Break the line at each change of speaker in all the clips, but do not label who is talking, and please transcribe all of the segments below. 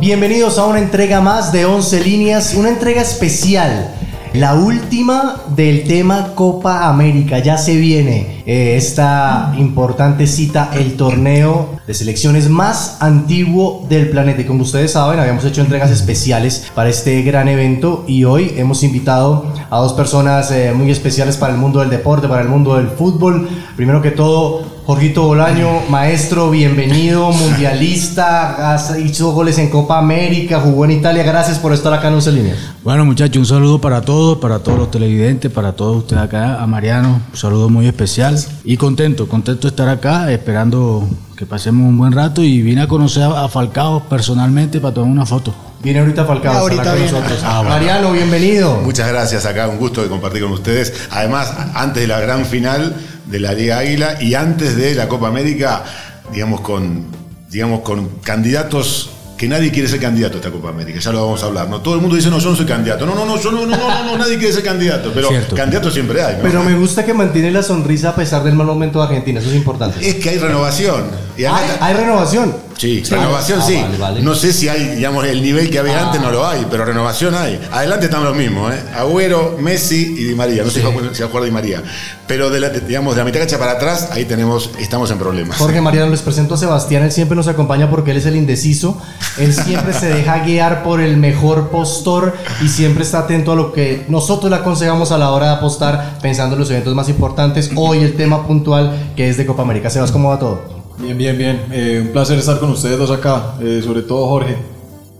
Bienvenidos a una entrega más de 11 líneas, una entrega especial. La última del tema Copa América, ya se viene eh, esta importante cita, el torneo de selecciones más antiguo del planeta. Y como ustedes saben, habíamos hecho entregas especiales para este gran evento y hoy hemos invitado a dos personas eh, muy especiales para el mundo del deporte, para el mundo del fútbol. Primero que todo, Jorgito Bolaño, maestro, bienvenido, mundialista, has- hizo goles en Copa América, jugó en Italia. Gracias por estar acá en 11 líneas.
Bueno, muchachos, un saludo para todos, para todos los televidentes, para todos ustedes acá, a Mariano, un saludo muy especial y contento, contento de estar acá, esperando que pasemos un buen rato y vine a conocer a a Falcao personalmente para tomar una foto.
Viene ahorita Falcao,
Ahorita
estará con
viene.
nosotros. Mariano, bienvenido.
Muchas gracias acá, un gusto de compartir con ustedes. Además, antes de la gran final de la Liga Águila y antes de la Copa América, digamos con, digamos con candidatos que nadie quiere ser candidato a esta Copa América, ya lo vamos a hablar. No, todo el mundo dice, no, yo no soy candidato. No, no, no, yo no, no, no, no, no, nadie quiere ser candidato. Pero
Cierto.
candidatos siempre hay. ¿no?
Pero me gusta que mantiene la sonrisa a pesar del mal momento de Argentina, eso es importante.
Es que hay renovación. Y
Eh, Hay,
además-
hay renovación.
Sí, renovación
Ah,
sí.
vale, vale. Ah.
No sé si hay, digamos, el nivel que había antes no lo hay, pero renovación hay. Adelante están los mismos, ¿eh? Agüero, Messi y Di María. No sé si va a jugar- si va a jugar Di María. Pero de la, de- digamos, de la mitad cancha para atrás, ahí tenemos, estamos en problemas.
Jorge Mariano, les presento a Sebastián, él siempre nos acompaña porque él es el indeciso, él siempre se deja guiar por el mejor postor y siempre está atento a lo que nosotros le aconsejamos a la hora de apostar pensando en los eventos más importantes, hoy el tema puntual que es de Copa América. Sebas, ¿cómo va todo?
Bien, bien, bien. Eh, un placer estar con ustedes dos acá, eh, sobre todo Jorge,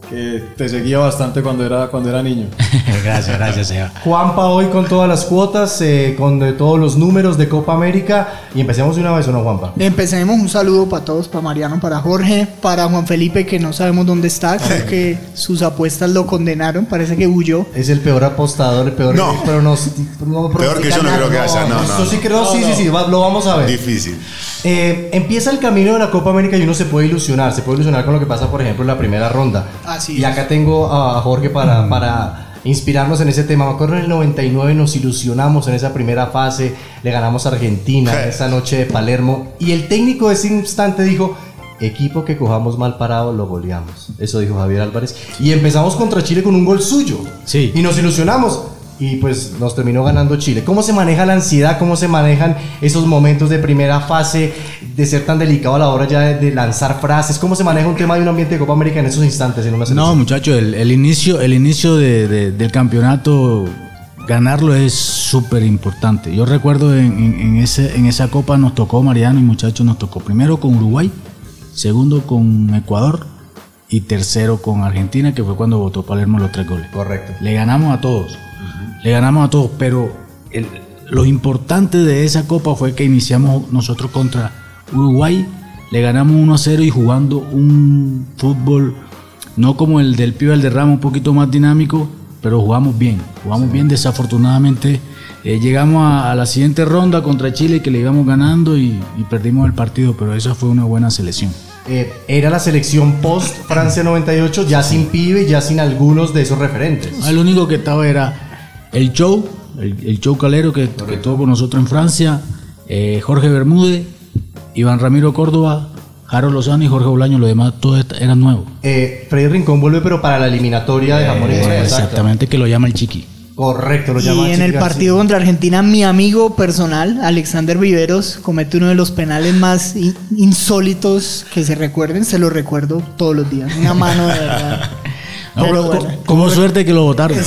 que te seguía bastante cuando era, cuando era niño.
gracias, gracias, Seba.
Juanpa hoy con todas las cuotas, eh, con de todos los números de Copa América y empecemos de una vez, ¿o ¿no, Juanpa?
Empecemos un saludo para todos, para Mariano, para Jorge, para Juan Felipe, que no sabemos dónde está, creo que sus apuestas lo condenaron, parece que huyó.
Es el peor apostador, el peor
No.
pronos- no
Peor que yo no
pronostica
creo que
nada.
haya, no, no,
Yo sí
no.
creo, sí, sí, sí, va- lo vamos a ver.
Difícil.
Eh, empieza el camino de la Copa América y uno se puede ilusionar, se puede ilusionar con lo que pasa, por ejemplo, en la primera ronda.
Así
y
es.
acá tengo a Jorge para, para inspirarnos en ese tema. Me acuerdo en el 99 nos ilusionamos en esa primera fase, le ganamos a Argentina en esa noche de Palermo y el técnico de ese instante dijo... Equipo que cojamos mal parado lo goleamos. Eso dijo Javier Álvarez. Y empezamos contra Chile con un gol suyo.
Sí.
Y nos ilusionamos. Y pues nos terminó ganando Chile. ¿Cómo se maneja la ansiedad? ¿Cómo se manejan esos momentos de primera fase? De ser tan delicado a la hora ya de, de lanzar frases. ¿Cómo se maneja un tema de un ambiente de Copa América en esos instantes en una
No,
selección?
muchachos, el, el inicio, el inicio de- de- del campeonato, ganarlo es súper importante. Yo recuerdo en, en- en ese, en esa copa nos tocó Mariano y muchachos, nos tocó primero con Uruguay, segundo con Ecuador y tercero con Argentina, que fue cuando votó Palermo los tres goles.
Correcto.
Le ganamos a todos. Le ganamos a todos, pero el- lo importante de esa copa fue que iniciamos nosotros contra Uruguay, le ganamos 1 a 0 y jugando un fútbol no como el del Pío de Ramos, un poquito más dinámico, pero jugamos bien, jugamos bien desafortunadamente. eh, llegamos a, a la siguiente ronda contra Chile que le íbamos ganando y, y perdimos el partido, pero esa fue una buena selección.
Eh, era la selección post Francia 98, ya sin pibe, ya sin algunos de esos referentes.
Ah, lo único que estaba era el show, el, el show calero que, que estuvo con nosotros en Francia, eh, Jorge Bermúdez, Iván Ramiro Córdoba, Harold Lozano y Jorge Bolaño, lo demás todo est- era nuevo.
Eh, Freddy Rincón vuelve, pero para la eliminatoria de Japón y
Eh,
Corea.
exactamente, que lo llama el chiqui.
Correcto, lo llaman
Y en el
Chiqui García.
partido contra Argentina, mi amigo personal, Alexander Viveros, comete uno de los penales más in- insólitos que se recuerden, se lo recuerdo todos los días, una mano de verdad.
No,
Pero
co-
bueno.
como suerte que lo votaron.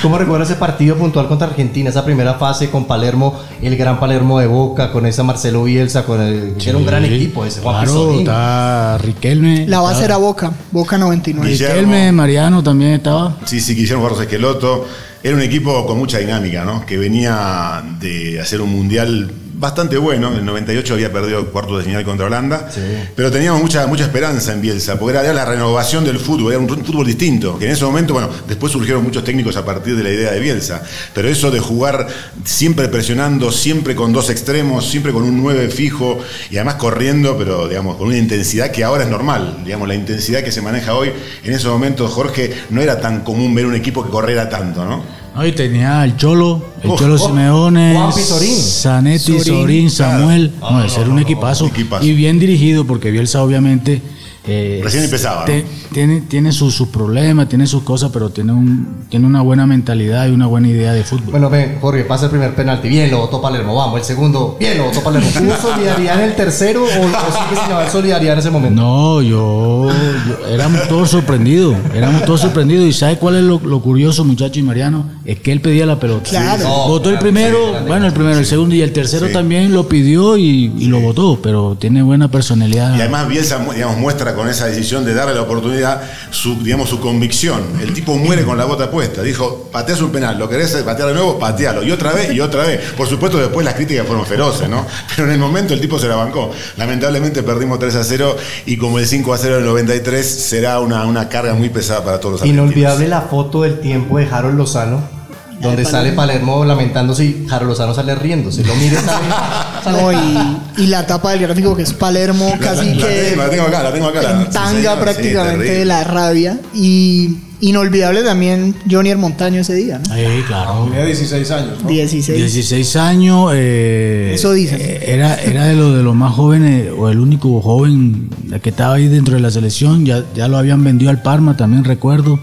¿Cómo recuerda ese partido puntual contra Argentina, esa primera fase con Palermo, el gran Palermo de Boca, con esa Marcelo Bielsa, con el, que era un gran
Sí,
equipo ese Juan
Claro,
Pisolín.
está Riquelme.
La base era
estaba
Boca, Boca 99.
Riquelme, Mariano también estaba.
Sí, sí, Guillermo Barros Esqueloto. Era un equipo con mucha dinámica, ¿no? Que venía de hacer un mundial bastante bueno. En el 98 había perdido cuarto de final contra Holanda. Pero teníamos mucha, mucha esperanza en Bielsa, porque era, era la renovación del fútbol, era un fútbol distinto. Que en ese momento, bueno, después surgieron muchos técnicos a partir de la idea de Bielsa. Pero eso de jugar siempre presionando, siempre con dos extremos, siempre con un 9 fijo y además corriendo, pero digamos, con una intensidad que ahora es normal. Digamos, la intensidad que se maneja hoy, en esos momentos, Jorge, no era tan común ver un equipo que corriera tanto, ¿no?
No, y tenía el Cholo, el
Oh,
Cholo
oh,
Simeone,
Juan Pizorín.
Zanetti,
Sorín.
Sorín, Samuel. No, ese era un equipazo.
equipazo.
Y bien dirigido, porque Bielsa obviamente eh,
Recién empezaba, ¿no?
te- Tiene, tiene sus sus problemas, tiene sus cosas, pero tiene, un, tiene una buena mentalidad y una buena idea de fútbol.
Bueno, ven, Jorge, pasa el primer penalti. Bien, lo votó Palermo. Vamos, el segundo. Bien, lo votó Palermo. ¿Hubo solidaridad en el tercero o, o sigue sin haber solidaridad en ese momento?
No, yo, yo- éramos todos sorprendidos, éramos todos sorprendidos. ¿Y sabe cuál es lo, lo curioso, muchacho y Mariano? Es que él pedía la pelota.
Claro.
No,
votó el
claro,
primero,
sí, grande,
bueno, el primero, el segundo y el tercero también lo pidió y, y lo votó, pero tiene buena personalidad.
Y además Bielsa mu- digamos, muestra con esa decisión de darle la oportunidad su, digamos, su convicción. El tipo muere con la bota puesta. Dijo, pateas un penal, lo querés patear de nuevo, patealo. Y otra vez, y otra vez. Por supuesto, después las críticas fueron feroces, ¿no? Pero en el momento el tipo se la bancó. Lamentablemente perdimos 3 a 0 y como el 5 a 0 del 93 será una, una carga muy pesada para todos los argentinos.
Inolvidable la foto del tiempo de Harold Lozano, donde sale Palermo lamentándose y Harold Lozano sale riéndose. Lo mire, sale.
No, y, y la tapa del gráfico que es Palermo,
La-
casi
la,
que
tengo, la tengo acá, la tengo acá. la-
en
sí,
tanga
señor, sí,
prácticamente
terrible.
de la rabia. Y inolvidable también Johnny el Montaño ese día, ¿no?
Sí, claro.
Tenía 16
Ah,
años, ¿no?
16.
16 años. eh,
Eso dicen.
eh, Era, era de los de los más jóvenes, o el único joven que estaba ahí dentro de la selección. Ya, ya lo habían vendido al Parma, también recuerdo.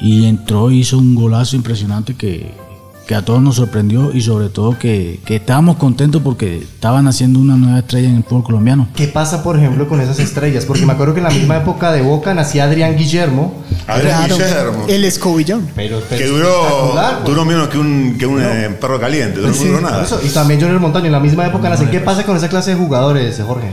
Y entró y hizo un golazo impresionante que, que a todos nos sorprendió. Y sobre todo que, que estábamos contentos porque estaban haciendo una nueva estrella en el fútbol colombiano.
¿Qué pasa, por ejemplo, con esas estrellas? Porque me acuerdo que en la misma época de Boca nacía Adrián Guillermo.
Adrián Guillermo.
el escobillón.
Pero,
Que
pero
duró,
espectacular, pues.
duró menos que un, que un eh, perro caliente, duró,
Sí.
duró
Por
nada.
eso, Y también Junior Montaño en la misma época nacen. ¿Qué pasa con esa clase de jugadores, Jorge?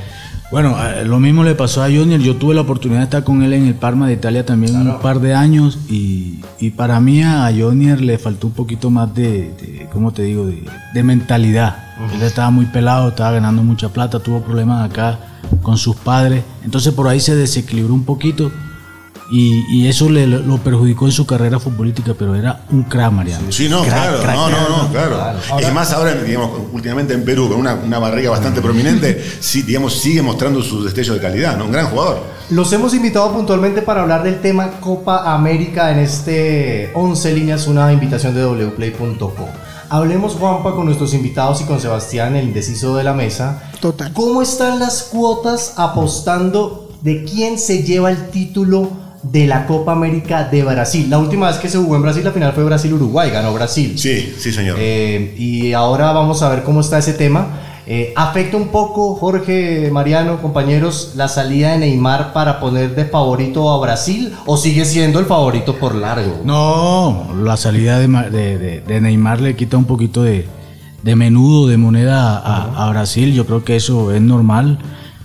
Bueno, eh, lo mismo le pasó a Junior. Yo tuve la oportunidad de estar con él en el Parma de Italia también un par de años y, y para mí a Junior le faltó un poquito más de, de- ¿cómo te digo?, de, de mentalidad. Él estaba muy pelado, estaba ganando mucha plata, tuvo problemas acá con sus padres. Entonces por ahí se desequilibró un poquito y, y eso le, lo perjudicó en su carrera futbolística, pero era un crack, Mariano.
Sí, no, claro,
crack,
no,
crack,
no, no,
no,
claro. es más, ahora, digamos, últimamente en Perú, con una, una barriga bastante prominente, sí, digamos, sigue mostrando sus destellos de calidad, ¿no? Un gran jugador.
Los hemos invitado puntualmente para hablar del tema Copa América en este 11 líneas, una invitación de wplay.co. Hablemos, Juanpa, con nuestros invitados y con Sebastián, el indeciso de la mesa.
Total.
¿Cómo están las cuotas apostando de quién se lleva el título de la Copa América de Brasil? La última vez que se jugó en Brasil, la final fue Brasil-Uruguay, ganó Brasil.
Sí, sí, señor.
Eh, y ahora vamos a ver cómo está ese tema. Eh, ¿Afecta un poco, Jorge, Mariano, compañeros, la salida de Neymar para poner de favorito a Brasil? ¿O sigue siendo el favorito por largo?
No, la salida de, Ma- de- de- de Neymar le quita un poquito de, de menudo, de moneda a, a Brasil. Yo creo que eso es normal.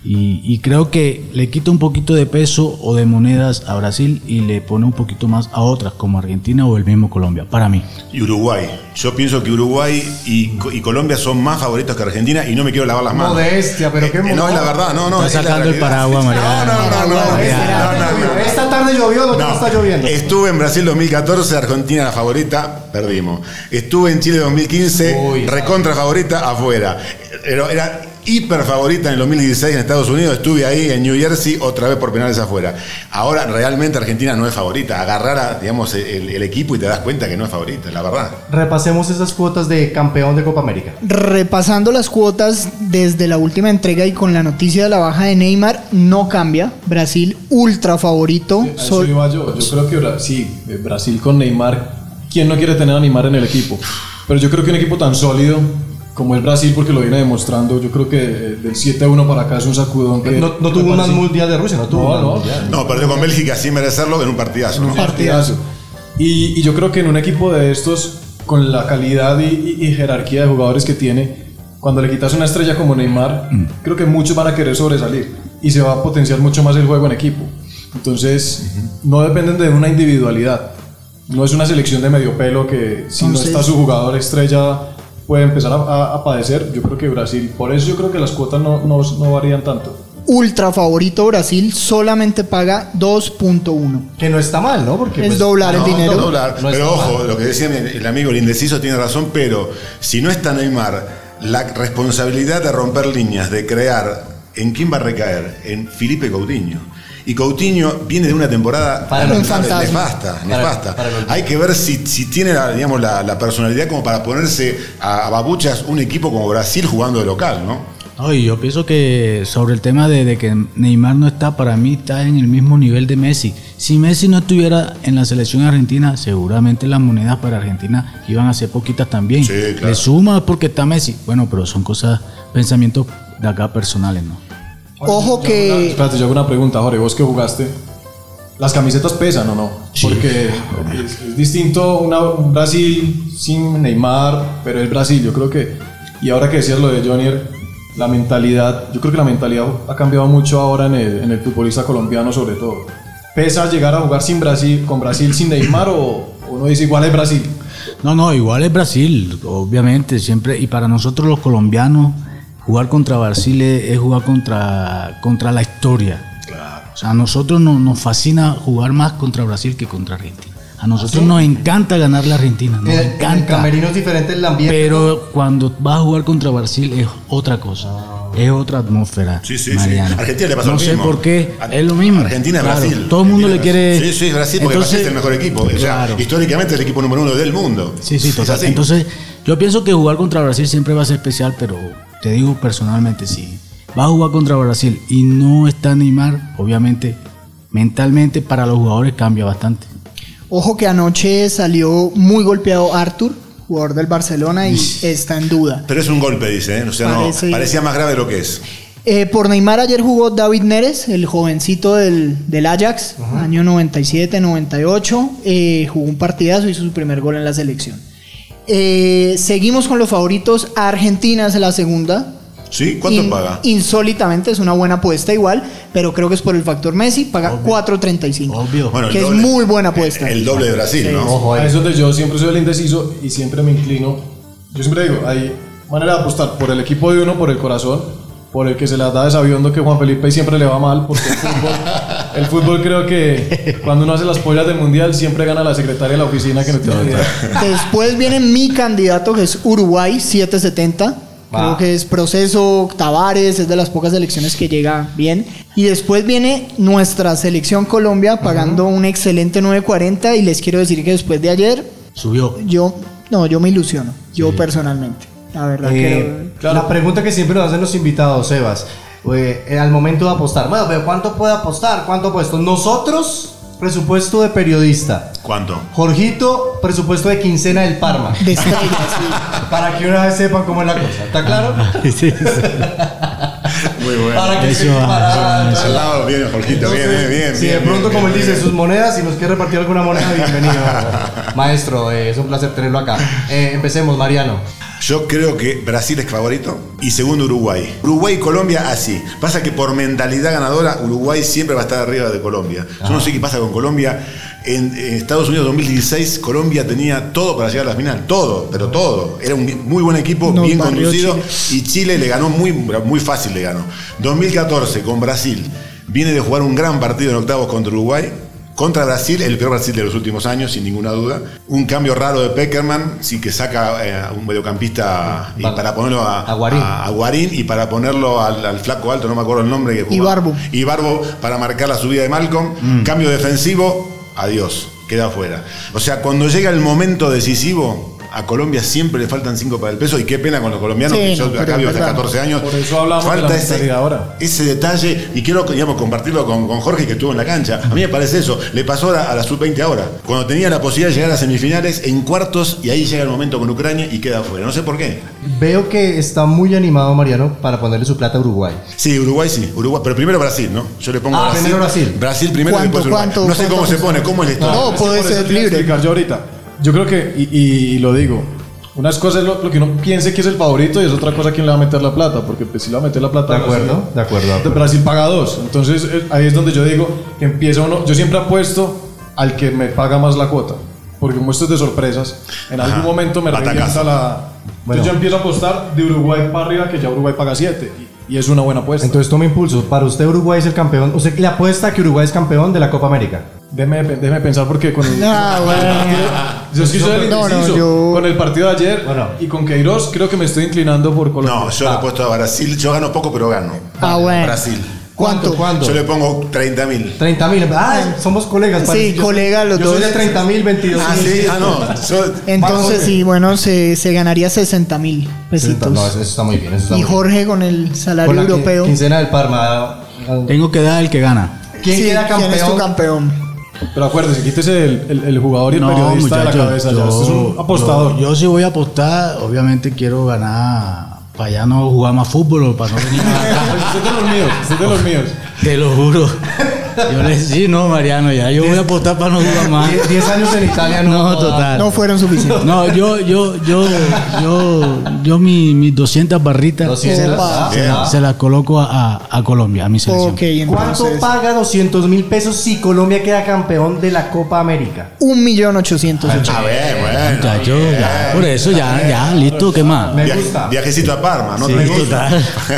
Y, y creo que le quita un poquito de peso o de monedas a Brasil y le pone un poquito más a otras, como Argentina o el mismo Colombia, para mí.
Y Uruguay. Yo pienso que Uruguay y, Co- y Colombia son más favoritos que Argentina y no me quiero lavar las manos.
Modestia, pero qué
Eh, No,
mono.
es la verdad, no,
Está
no. es la
sacando el
realidad.
paraguas, Mariano.
No, no, no, no, no,
Esta
no,
tarde
no, no,
llovió, Esta tarde llovió,
no.
no,
No,
está lloviendo.
Estuve en Brasil 2014, Argentina la favorita, perdimos. Estuve en Chile 2015,
Uy,
recontra favorita, afuera. Pero era hiper favorita en el 2016 en Estados Unidos, estuve ahí en New Jersey, otra vez por penales afuera. Ahora realmente Argentina no es favorita. Agarrar a, digamos, el, el equipo y te das cuenta que no es favorita, la verdad.
Repasemos esas cuotas de campeón de Copa América.
Repasando las cuotas desde la última entrega y con la noticia de la baja de Neymar, no cambia. Brasil ultra favorito.
A eso
Sol-
iba yo. Yo creo que Bra- sí, eh, Brasil con Neymar. ¿Quién no quiere tener a Neymar en el equipo? Pero yo creo que un equipo tan sólido como es Brasil, porque lo viene demostrando, yo creo que eh, del 7 a 1 para acá es un sacudón. Que
No, no tuvo
me
un
parece-
mundial de Rusia, no tuvo.
No,
un
no,
mundial.
No, perdió con Bélgica sin merecerlo en un partidazo. ¿no?
partidazo. Y, y yo creo que en un equipo de estos, con la calidad y, y- y jerarquía de jugadores que tiene, cuando le quitas una estrella como Neymar, creo que muchos van a querer sobresalir y se va a potenciar mucho más el juego en equipo. Entonces, no dependen de una individualidad. No es una selección de medio pelo que si
Entonces-
no está su jugador estrella puede empezar a, a- a padecer. Yo creo que Brasil, por eso yo creo que las cuotas no, no, no varían tanto.
ultra favorito Brasil solamente paga 2.1.
Que no está mal, ¿no? Porque
Es
pues,
doblar el
No,
dinero.
no doblar.
No es
pero
normal.
ojo, lo que decía mi- el amigo, el indeciso tiene razón, pero si no está Neymar, la responsabilidad de romper líneas, de crear, ¿en quién va a recaer? En Felipe Coutinho. Y Coutinho viene de una temporada
Para los
nefasta,
fantasmas.
nefasta.
Para-
nefasta.
para los-
Hay que ver si, si tiene la, digamos, la, la personalidad como para ponerse a, a babuchas un equipo como Brasil jugando de local, ¿no?
No, y yo pienso que sobre el tema de, de que Neymar no está, para mí está en el mismo nivel de Messi. Si Messi no estuviera en la selección argentina, seguramente las monedas para Argentina iban a ser poquitas también.
Sí, claro.
Le suma porque está Messi. Bueno, pero son cosas, pensamientos de acá personales, ¿no?
Ojo
Yo hago una-
que.
espérate, yo hago una pregunta, Jorge. ¿Vos que jugaste? ¿Las camisetas pesan o no?
Sí.
Porque es, es distinto una, un Brasil sin Neymar, pero es Brasil, yo creo que. Y ahora que decías lo de Johnny, la mentalidad, yo creo que la mentalidad ha cambiado mucho ahora en el, en el futbolista colombiano, sobre todo. ¿Pesa llegar a jugar sin Brasil, con Brasil sin Neymar o uno dice igual es Brasil?
No, no, igual es Brasil, obviamente, siempre. Y para nosotros los colombianos, jugar contra Brasil es, es jugar contra, contra la historia.
Claro.
O sea, a nosotros no- nos fascina jugar más contra Brasil que contra Argentina. A nosotros nos encanta ganar la Argentina, nos
En el, en el
encanta.
camerino es diferente el ambiente.
Pero cuando vas a jugar contra Brasil es otra cosa. Es otra atmósfera.
Sí, sí, sí.
Mariano.
Argentina le pasó
no
lo
sé
mismo.
por qué.
Ar-
Es lo mismo.
Argentina,
Claro,
Brasil.
Todo el mundo le
Argentina,
quiere.
Brasil. Sí, sí, Brasil, porque Brasil es el mejor equipo. O sea,
Claro.
históricamente es el equipo número uno del mundo.
Sí, sí,
Es
total.
así.
Entonces, yo pienso que jugar contra Brasil siempre va a ser especial, pero te digo personalmente, si vas a jugar contra Brasil y no está Neymar, obviamente, mentalmente para los jugadores cambia bastante.
Ojo que anoche salió muy golpeado Arthur, jugador del Barcelona, y está en duda.
Pero es un golpe, dice, ¿eh? O sea, no,
Parece-
parecía más grave de lo que es.
Eh, por Neymar ayer jugó David Neres, el jovencito del, del Ajax, año 97-98. eh, jugó un partidazo, hizo su primer gol en la selección. Eh, seguimos con los favoritos. Argentina es la segunda.
¿Sí? ¿Cuánto
In-
paga?
Insólitamente, es una buena apuesta igual, pero creo que es por el factor Messi, paga 4.35.
Obvio.
Bueno, el
que es
doble- Eh,
muy buena apuesta.
El doble de Brasil, ¿no?
Ojo,
A
ahí.
eso de yo siempre soy el indeciso y siempre me inclino. Yo siempre digo, hay manera de apostar por el equipo de uno, por el corazón, por el que se las da de sabiendo que Juan Felipe siempre le va mal, porque el fútbol, el fútbol creo que cuando uno hace las pollas del mundial siempre gana la secretaria de la oficina que no tiene ni idea.
Después viene mi candidato, que es Uruguay 770. Creo
Va.
que es proceso, Tavares, es de las pocas selecciones que llega bien. Y después viene nuestra selección Colombia pagando un excelente 940. Y les quiero decir que después de ayer,
Subió.
yo, no, yo me ilusiono, yo personalmente. La verdad
Eh,
que.
La pregunta que siempre nos hacen los invitados, Sebas, eh, eh, al momento de apostar, bueno, pero ¿cuánto puede apostar? ¿Cuánto puesto? Nosotros, presupuesto de periodista.
¿Cuánto?
Jorgito, presupuesto de quincena del Parma.
De estrellas.
Para que una vez sepan cómo es la cosa, ¿está claro?
Sí, sí.
Muy bueno.
Para que
Eso,
sepan.
ah,
Al lado, bien, Jorgito, bien, bien, bien.
Si de
bien,
pronto,
bien,
como él
bien,
dice,
bien.
sus monedas, si nos quiere repartir alguna moneda, bienvenido. Maestro, eh, es un placer tenerlo acá. Eh, empecemos, Mariano.
Yo creo que Brasil es favorito y segundo Uruguay. Uruguay y Colombia así. Pasa que por mentalidad ganadora Uruguay siempre va a estar arriba de Colombia. Yo no sé qué pasa con Colombia. En, en Estados Unidos 2016 Colombia tenía todo para llegar a la final, todo, pero todo. Era un muy buen equipo,
Nos
bien
barrió
conducido
Chile.
y Chile le ganó muy, muy fácil, le ganó. 2014 con Brasil, viene de jugar un gran partido en octavos contra Uruguay. Contra Brasil, el peor Brasil de los últimos años, sin ninguna duda. Un cambio raro de Peckerman, sí que saca eh, a un mediocampista y
Vale.
para ponerlo a,
A Guarín.
a Guarín y para ponerlo al, al flaco alto, no me acuerdo el nombre que jugaba.
Ibarbo.
Ibarbo para marcar la subida de Malcolm. Cambio defensivo, adiós, queda afuera. O sea, cuando llega el momento decisivo, a Colombia siempre le faltan 5 para el peso y qué pena con los colombianos
Sí,
que yo
no, pero
acá vivo hasta
verdad.
14 años.
Por eso hablamos de la
ese-
mentalidad ahora.
ese detalle y quiero digamos, compartirlo con, con Jorge que estuvo en la cancha. A mí me parece eso. Le pasó a la, a la sub-20 ahora. Cuando tenía la posibilidad de llegar a semifinales en cuartos y ahí llega el momento con Ucrania y queda afuera. No sé por qué.
Veo que está muy animado Mariano para ponerle su plata a Uruguay.
Sí, Uruguay sí. Uruguay, pero primero Brasil, ¿no? Yo le pongo
Ah, primero Brasil.
Brasil primero y
¿Cuánto,
después Uruguay.
cuánto,
no sé cómo
cuánto
se pone, cómo es la historia.
No, puede
Por eso
ser
te iba a
libre.
explicar yo ahorita. Yo creo que, y, y- y lo digo, unas cosas es lo, lo que uno piense que es el favorito y es otra cosa quién le va a meter la plata, porque pues, si le va a meter la
¿De
plata. a Brasil,
acuerdo? De acuerdo. de acuerdo.
Brasil paga dos. Entonces eh, ahí es donde yo digo que empieza uno. Yo siempre apuesto al que me paga más la cuota. Porque como esto es de sorpresas, en
Ajá.
algún momento me
Batacazo.
revienta la.
Bueno.
Entonces yo empiezo a apostar de Uruguay para arriba, que ya Uruguay paga siete. Y, y es una buena apuesta.
Entonces toma impulso. Para usted Uruguay es el campeón. ¿Usted le apuesta que Uruguay es campeón de la Copa América?
Déjeme, déjeme pensar porque con el,
Ah, bueno.
yo sí soy el
No, no,
indeciso.
yo-
con el partido de ayer
Bueno.
y con Queiroz creo que me estoy inclinando por Colombia. Ah,
No, yo le he puesto a Brasil. Yo gano poco, pero gano.
Ah, bueno.
Brasil.
¿Cuánto?
¿Cuánto?
Yo le pongo 30 mil.
30 mil. Ah, somos colegas.
Sí,
parece. Yo-
colegas los
yo
dos.
Soy de 30 mil, 22
Ah, sí, ah, no. yo-
Entonces, sí, bueno, se, se ganaría 60 mil pesitos.
No, eso, eso está muy bien. Eso está
y
muy
Jorge con el
bien.
salario
Con la qui-
europeo.
Quincena del Parma.
Tengo que dar el que gana.
¿Quién
Sí,
queda
¿quién es tu campeón?
Pero acuérdese, quítese el, el- el jugador y el periodista de la
muchacho,
cabeza. ya. Este es un apostador.
Yo, yo sí voy a apostar, obviamente quiero ganar para ya no jugar más fútbol, para no venir más acá.
Usted es de los míos, usted es de los míos.
Te lo juro. Yo le sí, no, Mariano, ya yo voy a apostar para no jugar más.
10 años en Italia no.
No, total.
No fueron suficientes.
No, yo, yo, yo, yo, yo mi- mis 200 barritas
200.
Opa.
Ah,
se las- se las coloco a, a- a Colombia, a mi selección.
ok, entonces.
¿Cuánto paga 200 mil pesos si Colombia queda campeón de la Copa América?
Un millón ochocientos
A ver, bueno.
Muchacho, ya, por eso ya, ya, listo, ¿qué más?
Me
Via-
gusta.
Viajecito a Parma, ¿no?
Sí,
¿Te gusta?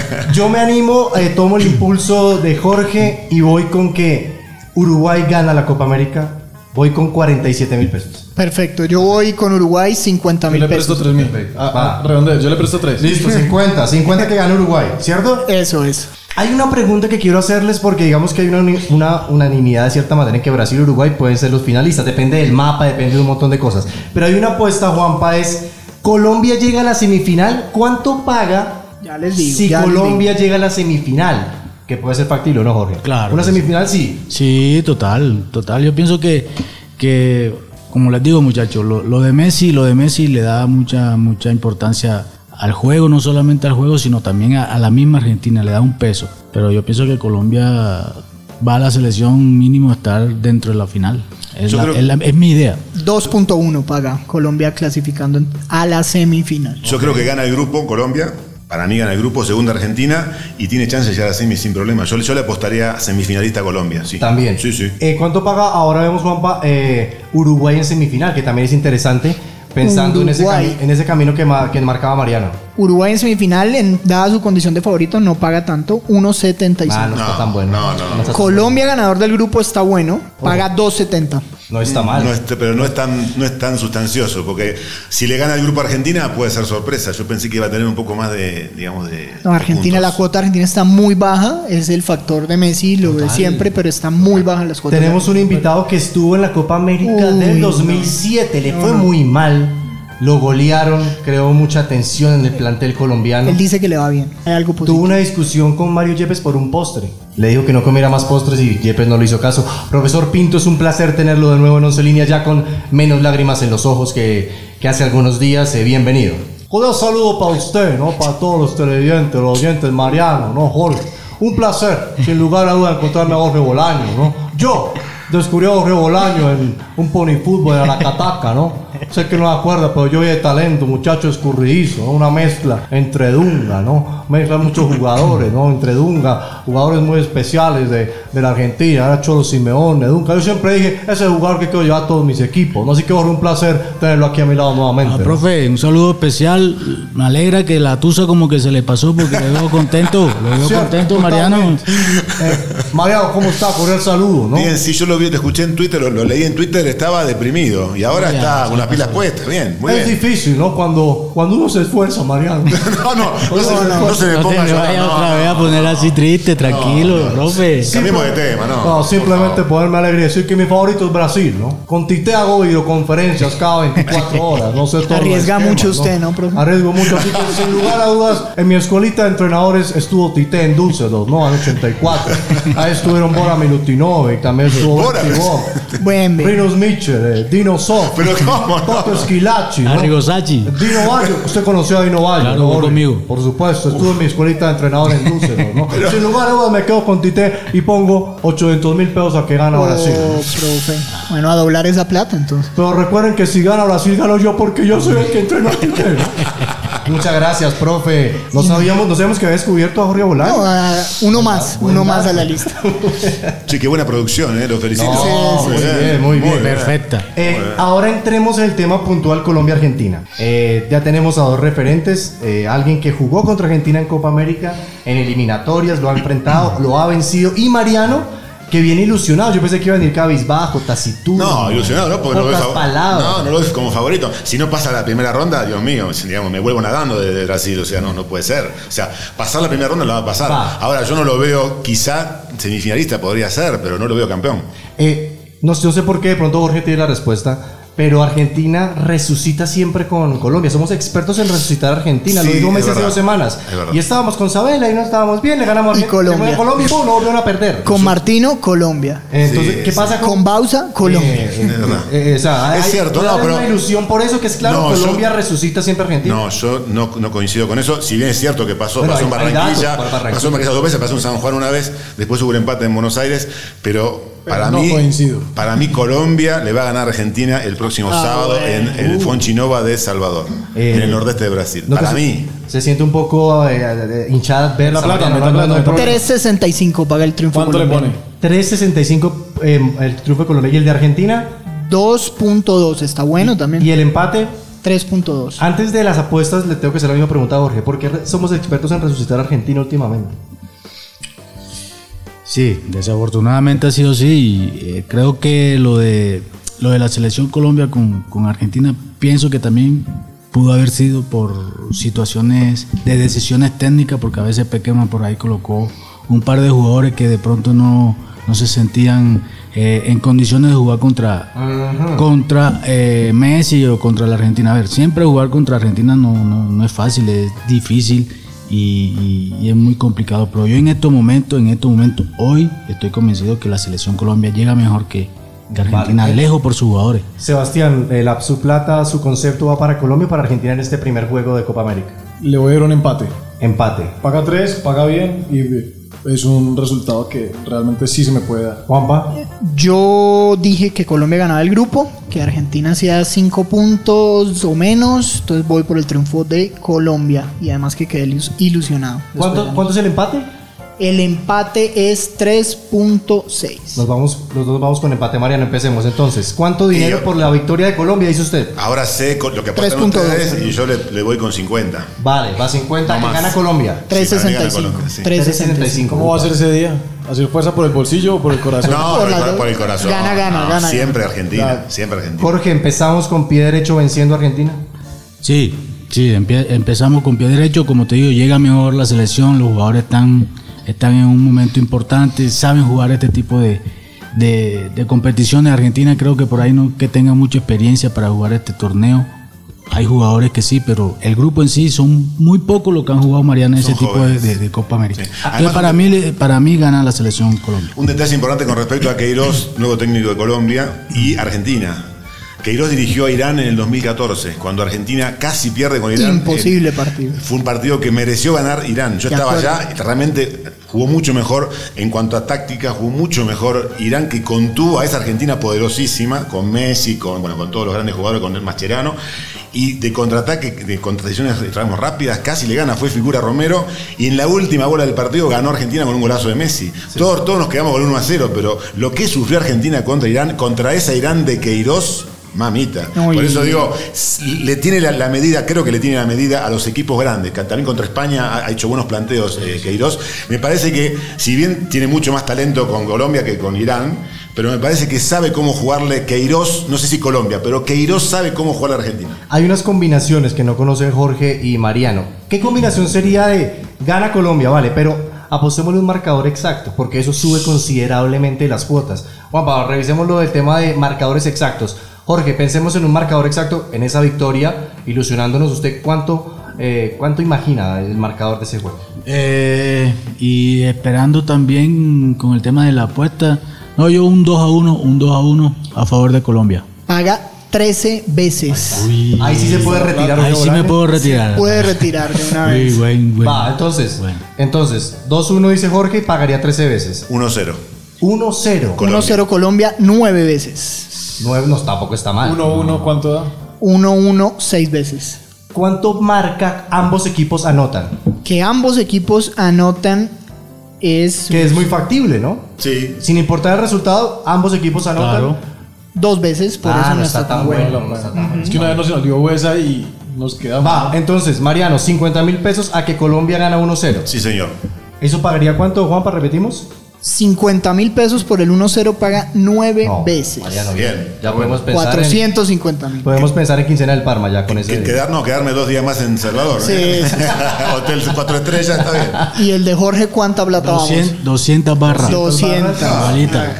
total.
Yo me animo, eh, tomo el impulso de Jorge y voy con que Uruguay gana la Copa América. Voy con 47 mil pesos.
Perfecto, yo voy con Uruguay 50
Yo le
mil
presto
pesos.
3 mil. Ah, ah, redondeo, yo le presto 3.
50. 50 que gana Uruguay, ¿cierto?
Eso es.
Hay una pregunta que quiero hacerles porque digamos que hay una, uni- una unanimidad de cierta manera en que Brasil y Uruguay pueden ser los finalistas. Depende del mapa, depende de un montón de cosas. Pero hay una apuesta, Juanpa, es Colombia llega a la semifinal. ¿Cuánto paga
Ya les digo,
si
ya les
Colombia llega a la semifinal? Que puede ser factible, ¿o ¿no, Jorge?
Claro
Una
que sí.
semifinal sí.
Sí, total, total. Yo pienso que, que como les digo, muchachos, lo, lo de Messi, lo de Messi le da mucha, mucha importancia al juego, no solamente al juego, sino también a, a la misma Argentina, le da un peso. Pero yo pienso que Colombia va a la selección mínimo a estar dentro de la final. Es,
Yo
la-
creo-
es la- es mi idea.
2.1 paga Colombia clasificando en- a la semifinal.
Yo creo que gana el grupo Colombia. Para mí gana el grupo, segunda Argentina y tiene chance de llegar a semis sin problema. Yo, yo le apostaría a semifinalista a Colombia, sí.
También.
Sí, sí.
Eh, ¿Cuánto paga? Ahora vemos, Juanpa, eh, Uruguay en semifinal, que también es interesante, pensando en ese,
Uruguay.
cami- en ese camino que, ma- que marcaba Mariano.
Uruguay en semifinal, en- dada su condición de favorito, no paga tanto, 1.75.
Ah, no, está
No,
tan bueno.
no, no, no.
está tan
Colombia ganador del grupo está bueno, paga 2.70.
bueno. No está mal.
No es- pero no es, tan, no es tan sustancioso, porque si le gana el grupo Argentina puede ser sorpresa. Yo pensé que iba a tener un poco más de, digamos, de...
No,
de
Argentina,
puntos.
la cuota argentina está muy baja, es el factor de Messi, lo de siempre, pero está muy baja las cuotas.
Tenemos un invitado que estuvo en la Copa América
Uy,
del
no.
2007, le fue muy mal, lo golearon, creó mucha tensión en el plantel colombiano.
Él dice que le va bien, hay algo
Tuvo
positivo.
una discusión con Mario Yepes por un postre. Le dijo que no comiera más postres y Yepes no le hizo caso. Profesor Pinto, es un placer tenerlo de nuevo en Once Líneas, ya con menos lágrimas en los ojos que, que hace algunos días. Eh, bienvenido. Un saludo para usted, ¿no? Para todos los televidentes, los oyentes, Mariano, ¿no? Jorge. Un placer, sin lugar a duda, encontrarme a Jorge Bolaño, ¿no? Yo descubrí a Jorge Bolaño en un pony fútbol en la cataca, ¿no? Sé que no me acuerdo, pero yo vi el talento, muchacho escurridizo, ¿no? una mezcla entre Dunga, ¿no? Mezcla muchos jugadores, ¿no? Entre Dunga, jugadores muy especiales de, de la Argentina, era Cholo Simeone, Dunga. Yo siempre dije, ese es el jugador que quiero llevar a todos mis equipos, ¿no? Así que Jorge, un placer tenerlo aquí a mi lado nuevamente.
Ah,
¿no?
profe, un saludo especial. Me alegra que la tusa como que se le pasó porque le veo contento. Le veo
Cierto,
contento, Mariano.
totalmente. Eh, Mariano, ¿cómo está? Cordial saludo, ¿no?
Bien, sí, yo lo vi, lo escuché en Twitter, lo, lo leí en Twitter, estaba deprimido y ahora
Muy
está
bien,
con las pilas puestas. Bien, muy
es
bien.
difícil, ¿no? Cuando, cuando uno se esfuerza, Mariano.
No, no, no se, no se me
No te
ponga a
me
llorar,
vayas
no,
otra vez a
no.
poner así triste, tranquilo, profe.
Cambiemos de tema, no.
pues. No, simplemente ponerme alegre y decir que mi favorito es Brasil, ¿no? Con Tite hago videoconferencias cada 24 horas, no sé todo. el
Arriesga
esquema,
mucho usted, ¿no, profe?
Arriesgo mucho, así que sin lugar a dudas, en mi escuelita de entrenadores estuvo Tite en Dulcedos, ¿no? En 84. Ahí estuvieron Bora Milutinovic, también estuvo
Bora.
Tibor,
Buen ve.
Rinos Mitchell, eh, Dino Sof,
Pero cómo,
Toto
no.
Esquilachi, ¿no?
Arrigo Sachi.
Dino Valle, usted conoció a Dino Valle.
Claro,
¿no,
jugó
Jorge?
conmigo.
Por supuesto, estuve en mi escuelita de entrenador en Dulce, ¿no? Sin lugar a dudas me quedo con Tite y pongo 800 mil pesos a que gana
Oh,
Brasil.
profe. Bueno, a doblar esa plata entonces.
Pero recuerden que si gana Brasil, gano yo porque yo soy el que entrena a Tite. ¿no? Muchas gracias, profe. No sabíamos, no sabíamos que había descubierto a Jorge Bolán.
No, ah, uno más, uno más a la lista.
Che, qué buena producción, eh, lo felicito. eh,
No, muy bien, muy bien.
Perfecta.
Eh, ahora entremos en el tema puntual Colombia-Argentina. Eh, ya tenemos a dos referentes, eh, alguien que jugó contra Argentina en Copa América, en eliminatorias, lo ha enfrentado, lo ha vencido, y Mariano, que viene ilusionado. Yo pensé que iba a venir cabizbajo, taciturno.
No, ilusionado, ¿no? Porque no lo
Pocas
veo fav-
palabras.
No, no lo veo como favorito. Si no pasa la primera ronda, Dios mío, si, digamos, me vuelvo nadando desde Brasil. O sea, no, no puede ser. O sea, pasar la primera ronda la va a pasar.
Va.
Ahora, yo no lo veo, quizá semifinalista podría ser, pero no lo veo campeón.
Eh, no, sé- no sé por qué, de pronto Jorge tiene la respuesta. Pero Argentina resucita siempre con Colombia. Somos expertos en resucitar a Argentina.
Sí,
lo digo
es
meses hace
verdad.
dos semanas.
Es verdad.
y estábamos con Sabela y no estábamos bien. Le ganamos a
Y
Argentina.
Colombia.
Le ganamos a Colombia y pum, no volvieron a perder.
Con Martino, Colombia.
Entonces,
Sí,
¿qué
sí.
pasa con,
Con Bausa, Colombia.
Eh,
Es verdad.
eh, o sea, hay-
Es cierto,
puede
no,
haber
pero-
una ilusión por eso que es claro,
No, yo-
Colombia resucita siempre a Argentina.
No, yo no, no coincido con eso. Si bien es cierto que pasó,
Bueno,
pasó en
hay- hay
Barranquilla,
datos para Barranquilla.
pasó en Barranquilla dos veces, pasó en San Juan una vez, después hubo un empate en Buenos Aires, pero,
Pero
para
no
mí
coincido.
para mí Colombia le va a ganar a Argentina el próximo
Ah,
sábado
bueno.
en, en el Fonchinova de Salvador,
Eh,
en el nordeste de Brasil.
No, pues, que
para
se-
mí.
Se siente un poco eh, eh, hinchada ver
La
la
plata,
plata.
la plata, la plata.
3.65 paga el triunfo.
¿Cuánto le pone?
colombiano.
3.65 eh, el triunfo de Colombia y el de Argentina.
2.2, está bueno también.
Y el Ah. empate.
3.2.
Antes de las apuestas, le tengo que hacer la misma pregunta a Jorge. ¿Por qué re- somos expertos en resucitar a Argentina últimamente?
Sí, desafortunadamente ha sido así. y, eh, creo que lo de, lo de la selección Colombia con, con Argentina, pienso que también pudo haber sido por situaciones de decisiones técnicas, porque a veces Pequema por ahí colocó un par de jugadores que de pronto no, no se sentían eh, en condiciones de jugar contra, contra eh, Messi o contra la Argentina. A ver, siempre jugar contra Argentina no, no, no es fácil, es difícil y, y- y es muy complicado. Pero yo en estos momentos, en estos momentos, hoy estoy convencido que la selección Colombia llega mejor que, que Argentina, lejos por sus jugadores.
Sebastián, eh, la- su plata, su concepto va para Colombia y para Argentina en este primer juego de Copa América.
Le voy a dar un empate.
Empate.
Paga 3, paga bien y es un resultado que realmente sí se me puede dar.
Juanpa,
Yo dije que Colombia ganaba el grupo, que Argentina hacía 5 puntos o menos, entonces voy por el triunfo de Colombia y además que quedé ilus- ilusionado. después de
¿cuánto,
la-
cuánto es el empate?
El empate es 3.6.
Nos vamos, los dos vamos con empate, Mariano. Empecemos entonces. ¿Cuánto dinero
yo-
por la victoria de Colombia dice usted?
Ahora sé con lo que aportan
3.2,
ustedes y yo le, le voy con 50.
Vale, va 50
No
que
más.
gana Colombia.
Sí,
3.65.
para mí gana Colombia, sí.
3.65.
¿Cómo va a ser ese día? ¿Hacer fuerza por el bolsillo o por el corazón?
No, por, el,
las
cor-
dos.
por el corazón.
Gana, gana,
No,
gana,
Siempre Argentina,
Claro.
siempre Argentina.
Jorge, empezamos con pie derecho venciendo a Argentina.
Sí, sí, empie- empezamos con pie derecho, como te digo, llega mejor la selección, los jugadores están, están en un momento importante, saben jugar este tipo de, de, de competiciones. Argentina creo que por ahí no que tenga mucha experiencia para jugar este torneo. Hay jugadores que sí, pero el grupo en sí son muy pocos los que han jugado Mariana en
Son
ese tipo de,
jóvenes.
de- de Copa América.
Sí.
Entonces, para mí, le- para mí gana la selección Colombia.
Un detalle importante con respecto a Queiroz, nuevo técnico de Colombia y Argentina. Queiroz dirigió a Irán en el 2014, cuando Argentina casi pierde con Irán.
Imposible
Eh,
partido.
Fue un partido que mereció ganar Irán. Yo
De
estaba
acuerdo.
allá, realmente jugó mucho mejor en cuanto a táctica, jugó mucho mejor Irán que contuvo a esa Argentina poderosísima, con Messi, con, bueno, con todos los grandes jugadores, con el Mascherano. Y de contraataque, de contradicciones digamos, rápidas, casi le gana, fue figura Romero. Y en la última bola del partido ganó Argentina con un golazo de Messi. Todos, todos nos quedamos con 1 a 0, pero lo que sufrió Argentina contra Irán, contra esa Irán de Queiroz, mamita.
Uy.
Por eso digo, s- le tiene la, la medida, creo que le tiene la medida a los equipos grandes, que también contra España ha, ha hecho buenos planteos eh, Queiroz. Me parece que, si bien tiene mucho más talento con Colombia que con Irán, pero me parece que sabe cómo jugarle Queiroz, no sé si Colombia, pero Queiroz sabe cómo jugar a la Argentina.
Hay unas combinaciones que no conocen Jorge y Mariano. ¿Qué combinación sería de gana Colombia? Vale, pero apostémosle un marcador exacto, porque eso sube considerablemente las cuotas. Juan Pablo, revisemos lo del tema de marcadores exactos. Jorge, pensemos en un marcador exacto en esa victoria, ilusionándonos usted cuánto, eh, cuánto imagina el marcador de ese juego.
Eh, y esperando también con el tema de la apuesta. No, yo un 2 a 1, un 2 a 1 a favor de Colombia.
Paga 13 veces.
Ahí sí se puede retirar.
Ahí
Jorge
sí me
Bolaños.
puedo retirar.
Puede retirar de una
Uy,
vez.
buen, buen.
Va, entonces,
Bueno.
entonces 2-1 dice Jorge y pagaría 13 veces.
1-0.
1-0.
Colombia.
1-0 Colombia 9 veces.
No, no, tampoco está mal.
1-1, Ah, ¿cuánto da?
1-1 6 veces.
¿Cuánto marca ambos equipos anotan?
Que ambos equipos anotan es
Que es muy factible, ¿no?
Sí.
Sin importar el resultado, ambos equipos anotan.
Claro.
dos veces, por
Ah,
eso no está tan bueno.
no está tan bueno.
Es que una vez nos salió esa y nos quedamos.
Va, entonces, Mariano, 50 mil pesos a que Colombia gana 1-0.
Sí, señor.
¿Eso pagaría cuánto, Juanpa? Repetimos.
50 mil pesos por el 1-0 paga 9
No,
veces.
Mariano,
Bien.
bien. Ya podemos pensar en...
450 mil.
Podemos pensar en quincena del Parma ya con ese.
Que- Quedar, no, quedarme dos días más en Salvador.
Sí,
¿eh?
sí,
Hotel cuatro estrellas, está bien.
¿Y el de Jorge cuánta plata
200, 200 barras.
vamos? 200.
Malita.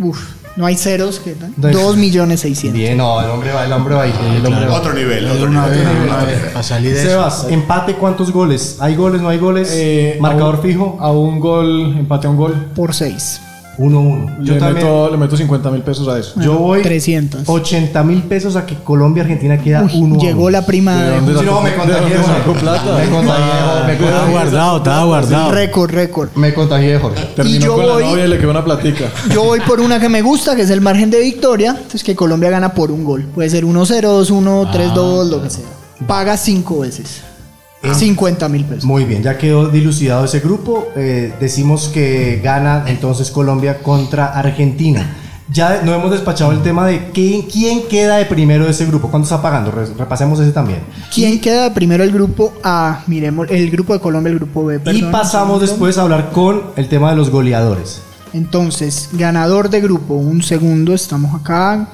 Uf, no hay ceros. ¿qué tal?
Dos.
2 millones 600.
Bien, no, el hombre va, el hombre va ahí. El hombre va.
Otro nivel,
De
otro
una
nivel.
vez,
otro
de una
nivel.
vez, para salir de eso.
Sebas, empate, ¿cuántos goles? ¿Hay goles, no hay goles?
Eh,
Marcador
a un-
fijo,
A un gol, empate a un gol.
Por 6.
1-1.
Yo le, meto, le meto 50 mil pesos a eso.
Yo voy
300.
80 mil pesos a que Colombia Argentina queda 1
Uy, llegó la prima
¿De
de
dónde
Si
sacó-
no, me
de
contagié,
dónde sacó
Jorge.
plata? Ah,
Me contagié, me
Estaba
contagié.
guardado, estaba guardado.
récord, récord.
Me contagié, Jorge.
Terminó
Y yo
con la
voy-
novia y le quedó una platica.
Yo voy por una que me gusta, que es el margen de victoria. Entonces que Colombia gana por un gol. Puede ser 1-0, 2-1,
Ah.
3-2, lo que sea. Paga 5 veces.
Ah.
50 mil pesos.
Muy bien, ya quedó dilucidado ese grupo. Eh, decimos que gana entonces Colombia contra Argentina. Ya no hemos despachado el tema de quién, quién queda de primero de ese grupo. ¿Cuánto está pagando? Re- repasemos ese también.
¿Quién queda de primero el grupo A? Miremos, el grupo de Colombia, el grupo B.
y
perdón.
pasamos después a hablar con el tema de los goleadores.
Entonces, ganador de grupo, un segundo, estamos acá.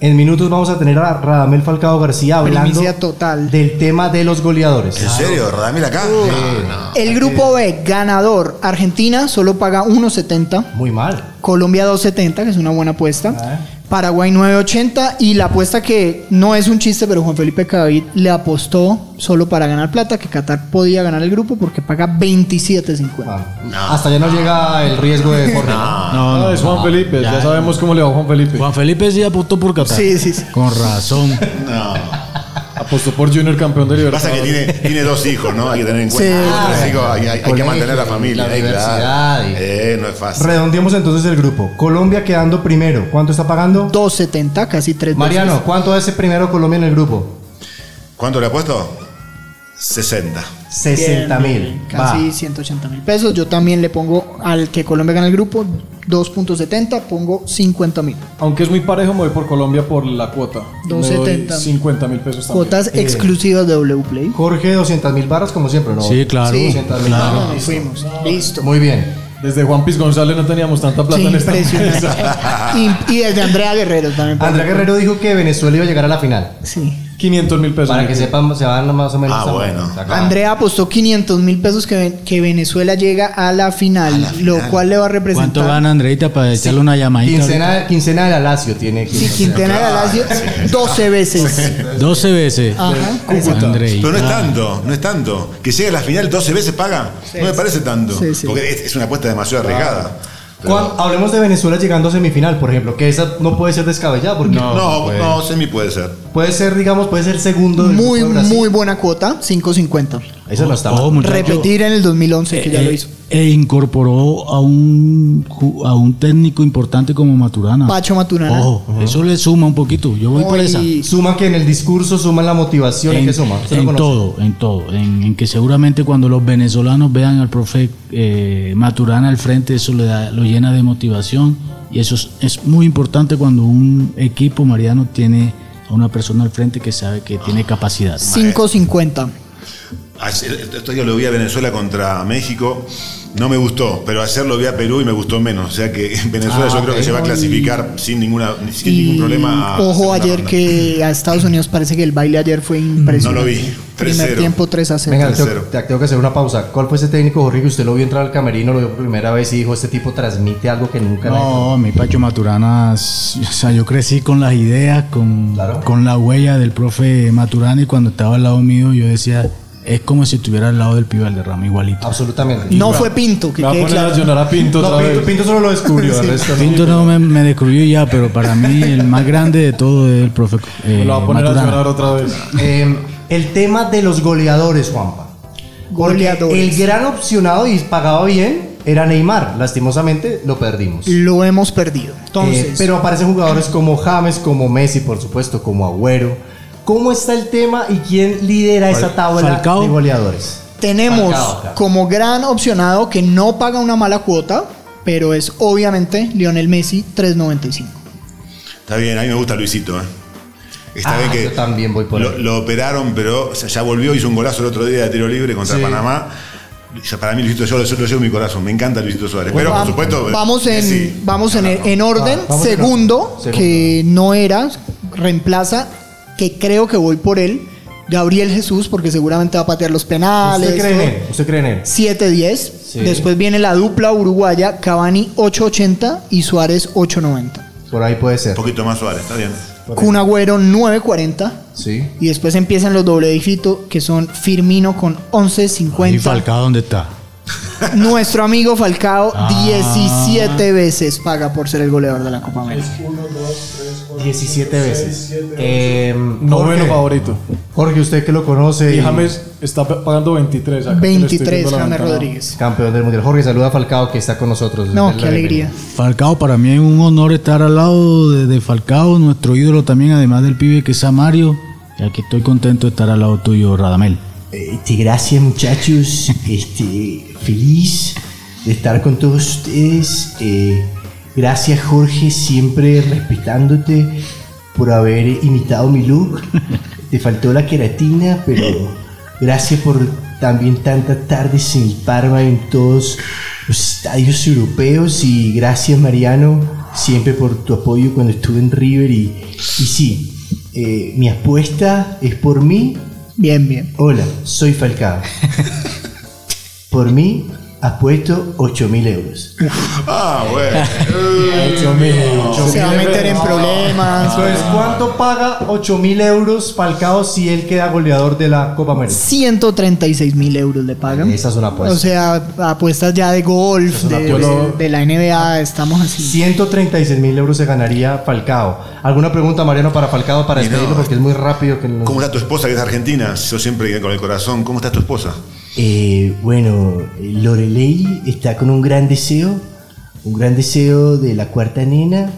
En minutos vamos a tener a Radamel Falcao García hablando
Primicia total.
del tema de los goleadores.
¿En serio? ¿Radamil acá? No, no.
El grupo B, ganador, Argentina solo paga 1.70.
Muy mal.
Colombia 270, que es una buena apuesta.
Ah.
Paraguay 980 y la apuesta que no es un chiste, pero Juan Felipe Cadavid le apostó solo para ganar plata que Qatar podía ganar el grupo porque paga 27.50.
Ah, Hasta ya no llega el riesgo de Jorge.
No, no,
Ah, es Juan
no,
Felipe, ya,
ya.
sabemos cómo le va a Juan Felipe.
Juan Felipe sí apostó por Qatar.
Sí, sí, sí.
Con razón.
Apostó por Junior campeón de
Pasa que
Libertadores.
tiene, tiene dos hijos, ¿no? Hay que tener en cuenta.
Sí.
Los tres hijos, hay, hay que
Colegio,
mantener la familia.
la
eh, claro.
universidad y-
Eh, no es fácil.
Redondeemos entonces el grupo. Colombia quedando primero. ¿Cuánto está pagando?
270, casi 3
Ah. Mariano, ¿cuánto es el primero Colombia en el grupo?
¿Cuánto le ha puesto? 60.
60 mil.
Casi 180 mil pesos. Yo también le pongo al que Colombia gana el grupo 2.70, pongo 50 mil.
Aunque es muy parejo, me voy por Colombia por la cuota. Me doy
270.
50 mil pesos también.
Cuotas exclusivas de Wplay.
Jorge, 200 mil barras como siempre, ¿no?
Sí, claro.
Sí.
200 mil
No,
barras.
no, fuimos. Listo.
Muy bien.
Desde Juan Piz González no teníamos tanta plata
Sí,
en esta
impresionante.
mesa.
y, y desde Andrea Guerrero también.
Andrea Guerrero dijo que Venezuela iba a llegar a la final.
Sí.
500 mil
Pues
pesos.
Para que sepan, se van más o menos.
Ah,
a-
bueno.
se acaban.
Andrea apostó 500 mil pesos que, ven- que Venezuela llega a la, final, lo cual le va a representar.
¿Cuánto gana Andreita para echarle una llamadita?
Quincena, quincena de la Lazio tiene.
Sí,
quincena.
Quintana Galacio 12 veces.
ahorita? 12 veces.
Ajá.
Andreita.
Pero no es tanto, no es tanto. Que llegue a la final 12 veces paga. No me parece tanto.
Sí, sí.
Porque es, es una apuesta demasiado arriesgada. Pero-
Cuan- hablemos de Venezuela llegando a semifinal, por ejemplo, que esa no puede ser descabellada porque
No,
pues.
pues. no, semi puede ser.
puede ser, digamos, puede ser segundo. del
Muy,
grupo de Brasil.
muy buena cuota, 5.50.
Esa no está mal.
Ojo, Oh, muchacho.
Repetir en el 2011, que ya
Eh,
lo hizo.
E incorporó a un, ju- a un técnico importante como Maturana.
Pacho Maturana.
Ojo, eso le suma un poquito. Yo voy por
Hoy-
esa.
Suma que en el discurso, suma en la motivación, ¿en
En,
qué suma? Usted lo
en
conoce.
todo, en todo. En, en que seguramente cuando los venezolanos vean al profe eh, Maturana al frente, eso le da, lo llena de motivación. Y eso es, es muy importante cuando un equipo mariano tiene a una persona al frente que sabe que tiene capacidad.
5.50.
Ayer, esto yo lo vi a Venezuela contra México, no me gustó, pero ayer lo vi a Perú y me gustó menos. O sea que Venezuela yo creo que se va a clasificar sin, ninguna, ni- sin ningún
Ah, Y
problema. a
ojo
segunda
ayer
ronda.
que a Estados Unidos parece que el baile ayer fue
No
impresionante.
lo vi.
Primer
3-0.
tiempo 3 a 0.
Venga, te,
Tercero.
te- tengo que hacer una pausa. ¿Cuál fue ese técnico, Jorge, que usted lo vio entrar al camerino, lo vio por primera vez y dijo, este tipo transmite algo que nunca...
No, mi Pacho Maturana, s- o sea, yo crecí con las ideas, con,
Claro.
con la huella del profe Maturana y cuando estaba al lado mío yo decía, es como si estuviera al lado del pibe Valderrama,
Ah,
igualito.
Absolutamente.
No fue Pinto, que
Me va a
quede
poner a
claro.
llorar a Pinto
No,
otra vez.
Pinto, Pinto solo lo descubrió. el resto no.
Pinto no me, me descubrió ya, pero para mí el más grande de todo es el profe eh,
Me lo va a poner a llorar
Maturana.
otra vez.
Eh, el tema de los goleadores, Juanpa. Porque
Goleadores.
El gran opcionado y pagado bien era Neymar. Lastimosamente lo perdimos.
Lo hemos perdido. Entonces,
Eh, pero aparecen jugadores como James, como Messi, por supuesto, como Agüero. ¿Cómo está el tema y quién lidera esa tabla
Falcao.
de goleadores?
Tenemos
Falcao, claro.
como gran opcionado que no paga una mala cuota, pero es obviamente Lionel Messi 3.95.
Está bien, a mí me gusta Luisito. ¿eh? Está
Ah,
bien que
yo también voy por
lo,
él.
lo operaron, pero o sea, ya volvió, hizo un golazo el otro día de tiro libre contra
Sí.
Panamá. yo- para mí Luisito Suárez, yo lo llevo en mi corazón, me encanta Luisito Suárez. pero
Vam-
por supuesto.
Vamos en,
Messi.
vamos en,
No,
el-
no.
en orden.
Ah, vamos en
Segundo,
orden.
que no era, reemplaza, que creo que voy por él, Gabriel Jesús, porque seguramente va a patear los penales.
¿Usted cree en
todo.
él? ¿Usted cree en él?
7-10.
Sí.
Después viene la dupla uruguaya, Cavani 880 y Suárez 890.
Por ahí puede ser.
Un poquito más Suárez, está bien.
Kun Agüero 940.
Sí.
Y después empiezan los doble dígito, que son Firmino con
¿Y
11.50.
Falcao dónde está?
Nuestro amigo Falcao
Ah.
17 veces paga por ser el goleador de la Copa América.
17 veces. Eh,
Noveno
Jorge.
favorito.
Jorge, usted que lo conoce.
Y
y-
James está pa- pagando 23 acá. que le estoy
23
viendo la
James
ventana.
Rodríguez.
Campeón del mundial. Jorge, saluda a Falcao que está con nosotros.
No,
Denle
qué
la
alegría.
bienvenida.
Falcao, para mí es un honor estar al lado de, de Falcao, nuestro ídolo también, además del pibe que es Samario. Y aquí estoy contento de estar al lado tuyo, Radamel.
Este, gracias muchachos, este, feliz de estar con todos ustedes. Eh, gracias Jorge, siempre respetándote por haber imitado mi look. Te faltó la queratina, pero gracias por también tantas tardes en el Parma, en todos los estadios europeos y gracias Mariano, siempre por tu apoyo cuando estuve en River y, y sí, eh, mi apuesta es por mí
Bien, bien.
Hola, soy Falcao. Por mí, apuesto 8.000 euros.
Ah, bueno.
Se va a meter en problemas.
Entonces, ¿cuánto paga 8.000 euros Falcao si él queda goleador de la Copa América?
136 mil euros le pagan.
Esa es una apuesta.
O sea, apuestas ya de golf, de, de- de la NBA, estamos así.
136.000 euros se ganaría Falcao. ¿Alguna pregunta, Mariano, para Falcao para
Y no.
despedirlo? Porque es muy rápido que nos-
¿Cómo está tu esposa que es argentina? Yo siempre con el corazón. ¿Cómo está tu esposa?
Eh, bueno, Lorelei está con un gran deseo, un gran deseo de la cuarta nena.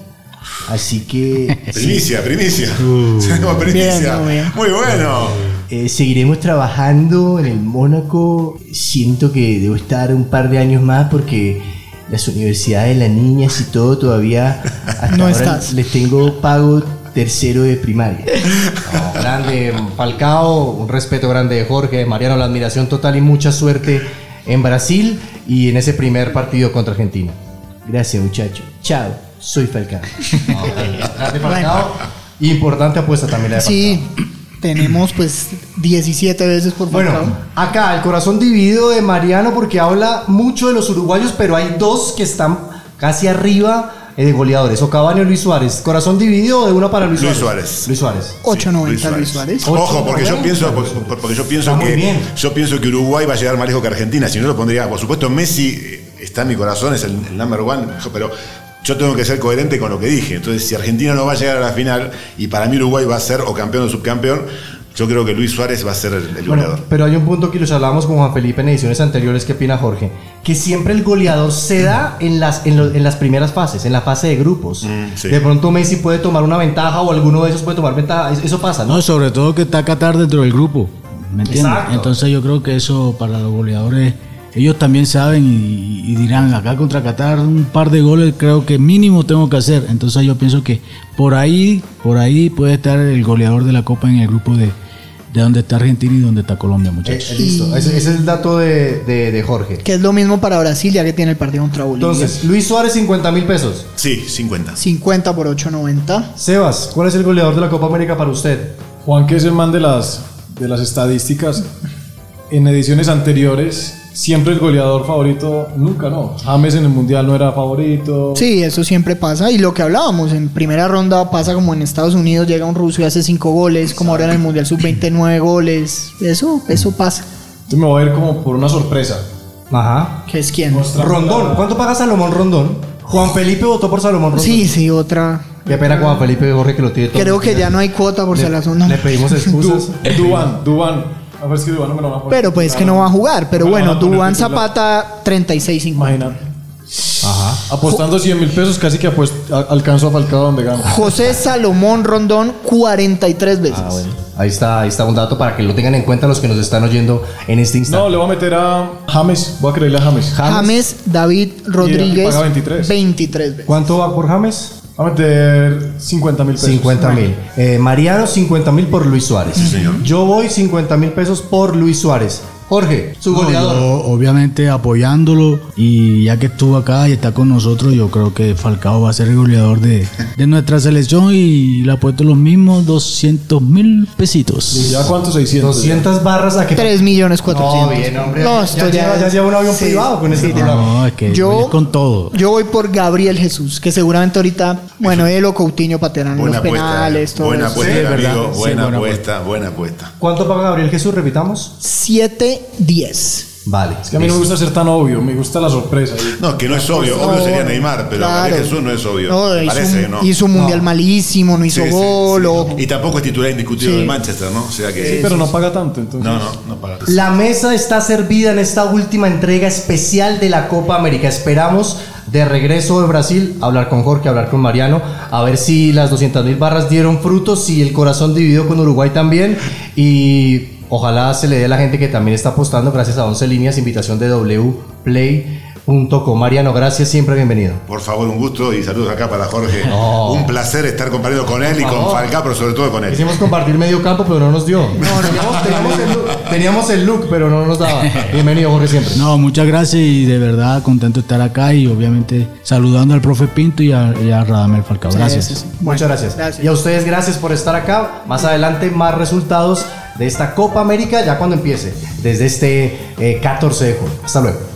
Así que
Primicia, primicia. Tenemos primicia.
Bien, muy bien.
Muy bueno.
Eh, seguiremos trabajando en el Mónaco. Siento que debo estar un par de años más porque las universidades, las niñas y todo todavía hasta
No
ahora
estás.
les tengo pago tercero de primaria. grande Falcao, un respeto grande de Jorge, Mariano, la admiración total y mucha suerte en Brasil y en ese primer partido contra Argentina. Gracias muchacho. Chao, soy Falcao. Grande Falcao. Importante apuesta también la de Falcao.
Sí, tenemos pues 17 veces por
Bueno,
Falcao.
acá el corazón dividido de Mariano porque habla mucho de los uruguayos, pero hay dos que están casi arriba eh, de goleadores, o Cavani o Luis Suárez. Corazón dividido de uno para Luis,
Luis Suárez.
Luis Suárez.
890 Luis Suárez.
Ojo, porque yo
8.90.
pienso, porque, porque yo pienso
Está muy
que
bien.
yo pienso que Uruguay va a llegar más lejos que Argentina. Si no lo pondría, por supuesto, Messi eh, está en mi corazón, es el, el number one, pero yo tengo que ser coherente con lo que dije. Entonces, si Argentina no va a llegar a la final, y para mí Uruguay va a ser o campeón o subcampeón, yo creo que Luis Suárez va a ser el, el
Bueno,
goleador.
pero hay un punto que los hablamos con Juan Felipe en ediciones anteriores que opina Jorge, que siempre el goleador se da en las, en lo- en las primeras fases, en la fase de grupos.
Mm, sí.
De pronto Messi puede tomar una ventaja o alguno de esos puede tomar ventaja, Es- eso pasa, ¿no?
No, sobre todo que está Qatar dentro del grupo. ¿Me entiendes?
Exacto.
Entonces yo creo que eso para los goleadores, ellos también saben y, y dirán, acá contra Qatar un par de goles creo que mínimo tengo que hacer. Entonces yo pienso que por ahí, por ahí puede estar el goleador de la Copa en el grupo de, de donde está Argentina y donde está Colombia,
Eh,
muchachos.
eh, listo, ese, ese es el dato de, de- de Jorge.
Que es lo mismo para Brasil, ya que tiene el partido contra Bolivia.
Entonces, Luis Suárez 50 mil pesos.
Sí, 50.
50 por 890.
Sebas, ¿cuál es el goleador de la Copa América para usted?
Juan, que es el man de las, de las estadísticas, en ediciones anteriores, siempre el goleador favorito, nunca no. James en el Mundial no era favorito.
Sí, eso siempre pasa. Y lo que hablábamos, en primera ronda pasa como en Estados Unidos, llega un ruso y hace 5 goles, como ahora en el Mundial Sub-29 goles. Eso, eso pasa.
Entonces me voy a ir como por una sorpresa.
Ajá.
¿Qué es quién?
Rondón, ¿cuánto paga Salomón Rondón? Juan Felipe votó por Salomón Rondón.
Sí, sí, otra.
Qué pena con Juan Felipe Jorge que lo tiene todo.
Creo que ya no hay cuota por
le,
ser la zona.
le pedimos excusas.
Duban, Duban. A ver, es que Duban no me lo van a poner.
Pero pues que no va a jugar. Pero
No me
bueno,
van a poner
Dubán
titular.
Zapata 36-5.
Imagínate.
Ajá.
Apostando 100 mil pesos, casi que apuest- a- alcanzo a Falcao donde gano.
José Salomón Rondón 43 veces.
Ah, bueno. Ahí está, ahí está un dato para que lo tengan en cuenta los que nos están oyendo en este
No,
instante.
le voy a meter a James. Voy a creerle a James.
James David Rodríguez
paga 23.
23 veces.
¿Cuánto va por James?
Voy a meter 50 mil pesos.
50 mil. Eh, Mariano, 50 mil por Luis Suárez.
señor.
Yo voy 50 mil pesos por Luis Suárez. Jorge, su
No,
goleador.
yo, obviamente apoyándolo y ya que estuvo acá y está con nosotros, yo creo que Falcao va a ser el goleador de, de nuestra selección y le apuesto los mismos 200 mil
¿Y
pesitos.
ya cuántos 600?
200 barras a que...
3 millones 400.
No, bien, hombre.
No,
ya,
esto
lleva, ya lleva un avión
Sí.
privado con este
Sí,
programa.
No, es que
Yo-
es con todo.
Yo voy por Gabriel Jesús, que seguramente ahorita, bueno, él o Coutinho patearán los
Buena apuesta.
penales, todo
buena
eso.
apuesta,
Sí,
amigo.
¿verdad? Sí,
Buena
buena
apuesta, buena apuesta.
¿Cuánto paga Gabriel Jesús? Repitamos.
7-10.
Vale.
Es que a mí no me gusta ser tan obvio, me gusta la sorpresa. Y-
No, que no es obvio.
Por
Obvio sería
favor.
Neymar, pero
Pues, Claro.
Gabriel Jesús no es obvio.
No,
Me
hizo,
parece
un,
que no.
hizo un mundial malísimo, no hizo
Sí, sí,
gol.
sí.
o-
Y tampoco es titular indiscutido
Sí.
del Manchester, ¿no? O sea que.
Sí, pero no paga tanto, entonces.
No, no, no paga.
La mesa está servida en esta última entrega especial de la Copa América. Esperamos de regreso de Brasil hablar con Jorge, hablar con Mariano, a ver si las 200 mil barras dieron frutos, si el corazón dividió con Uruguay también y ojalá se le dé a la gente que también está apostando gracias a 11 líneas, invitación de wplay.com. Mariano, gracias, siempre bienvenido.
Por favor, un gusto y saludos acá para Jorge.
No.
Un placer estar compartiendo con él y con
favor.
Falcao, pero sobre todo con él.
Quisimos compartir medio campo, pero no nos dio. Teníamos, teníamos el look, teníamos el look, pero no nos daba. Bienvenido, Jorge, siempre.
No, muchas gracias y de verdad contento de estar acá y obviamente saludando al profe Pinto y a, y a Radamel Falcao. Gracias.
Muchas gracias.
gracias.
Y a ustedes gracias por estar acá. Más adelante más resultados de esta Copa América ya cuando empiece, desde este eh, 14 de junio. Hasta luego.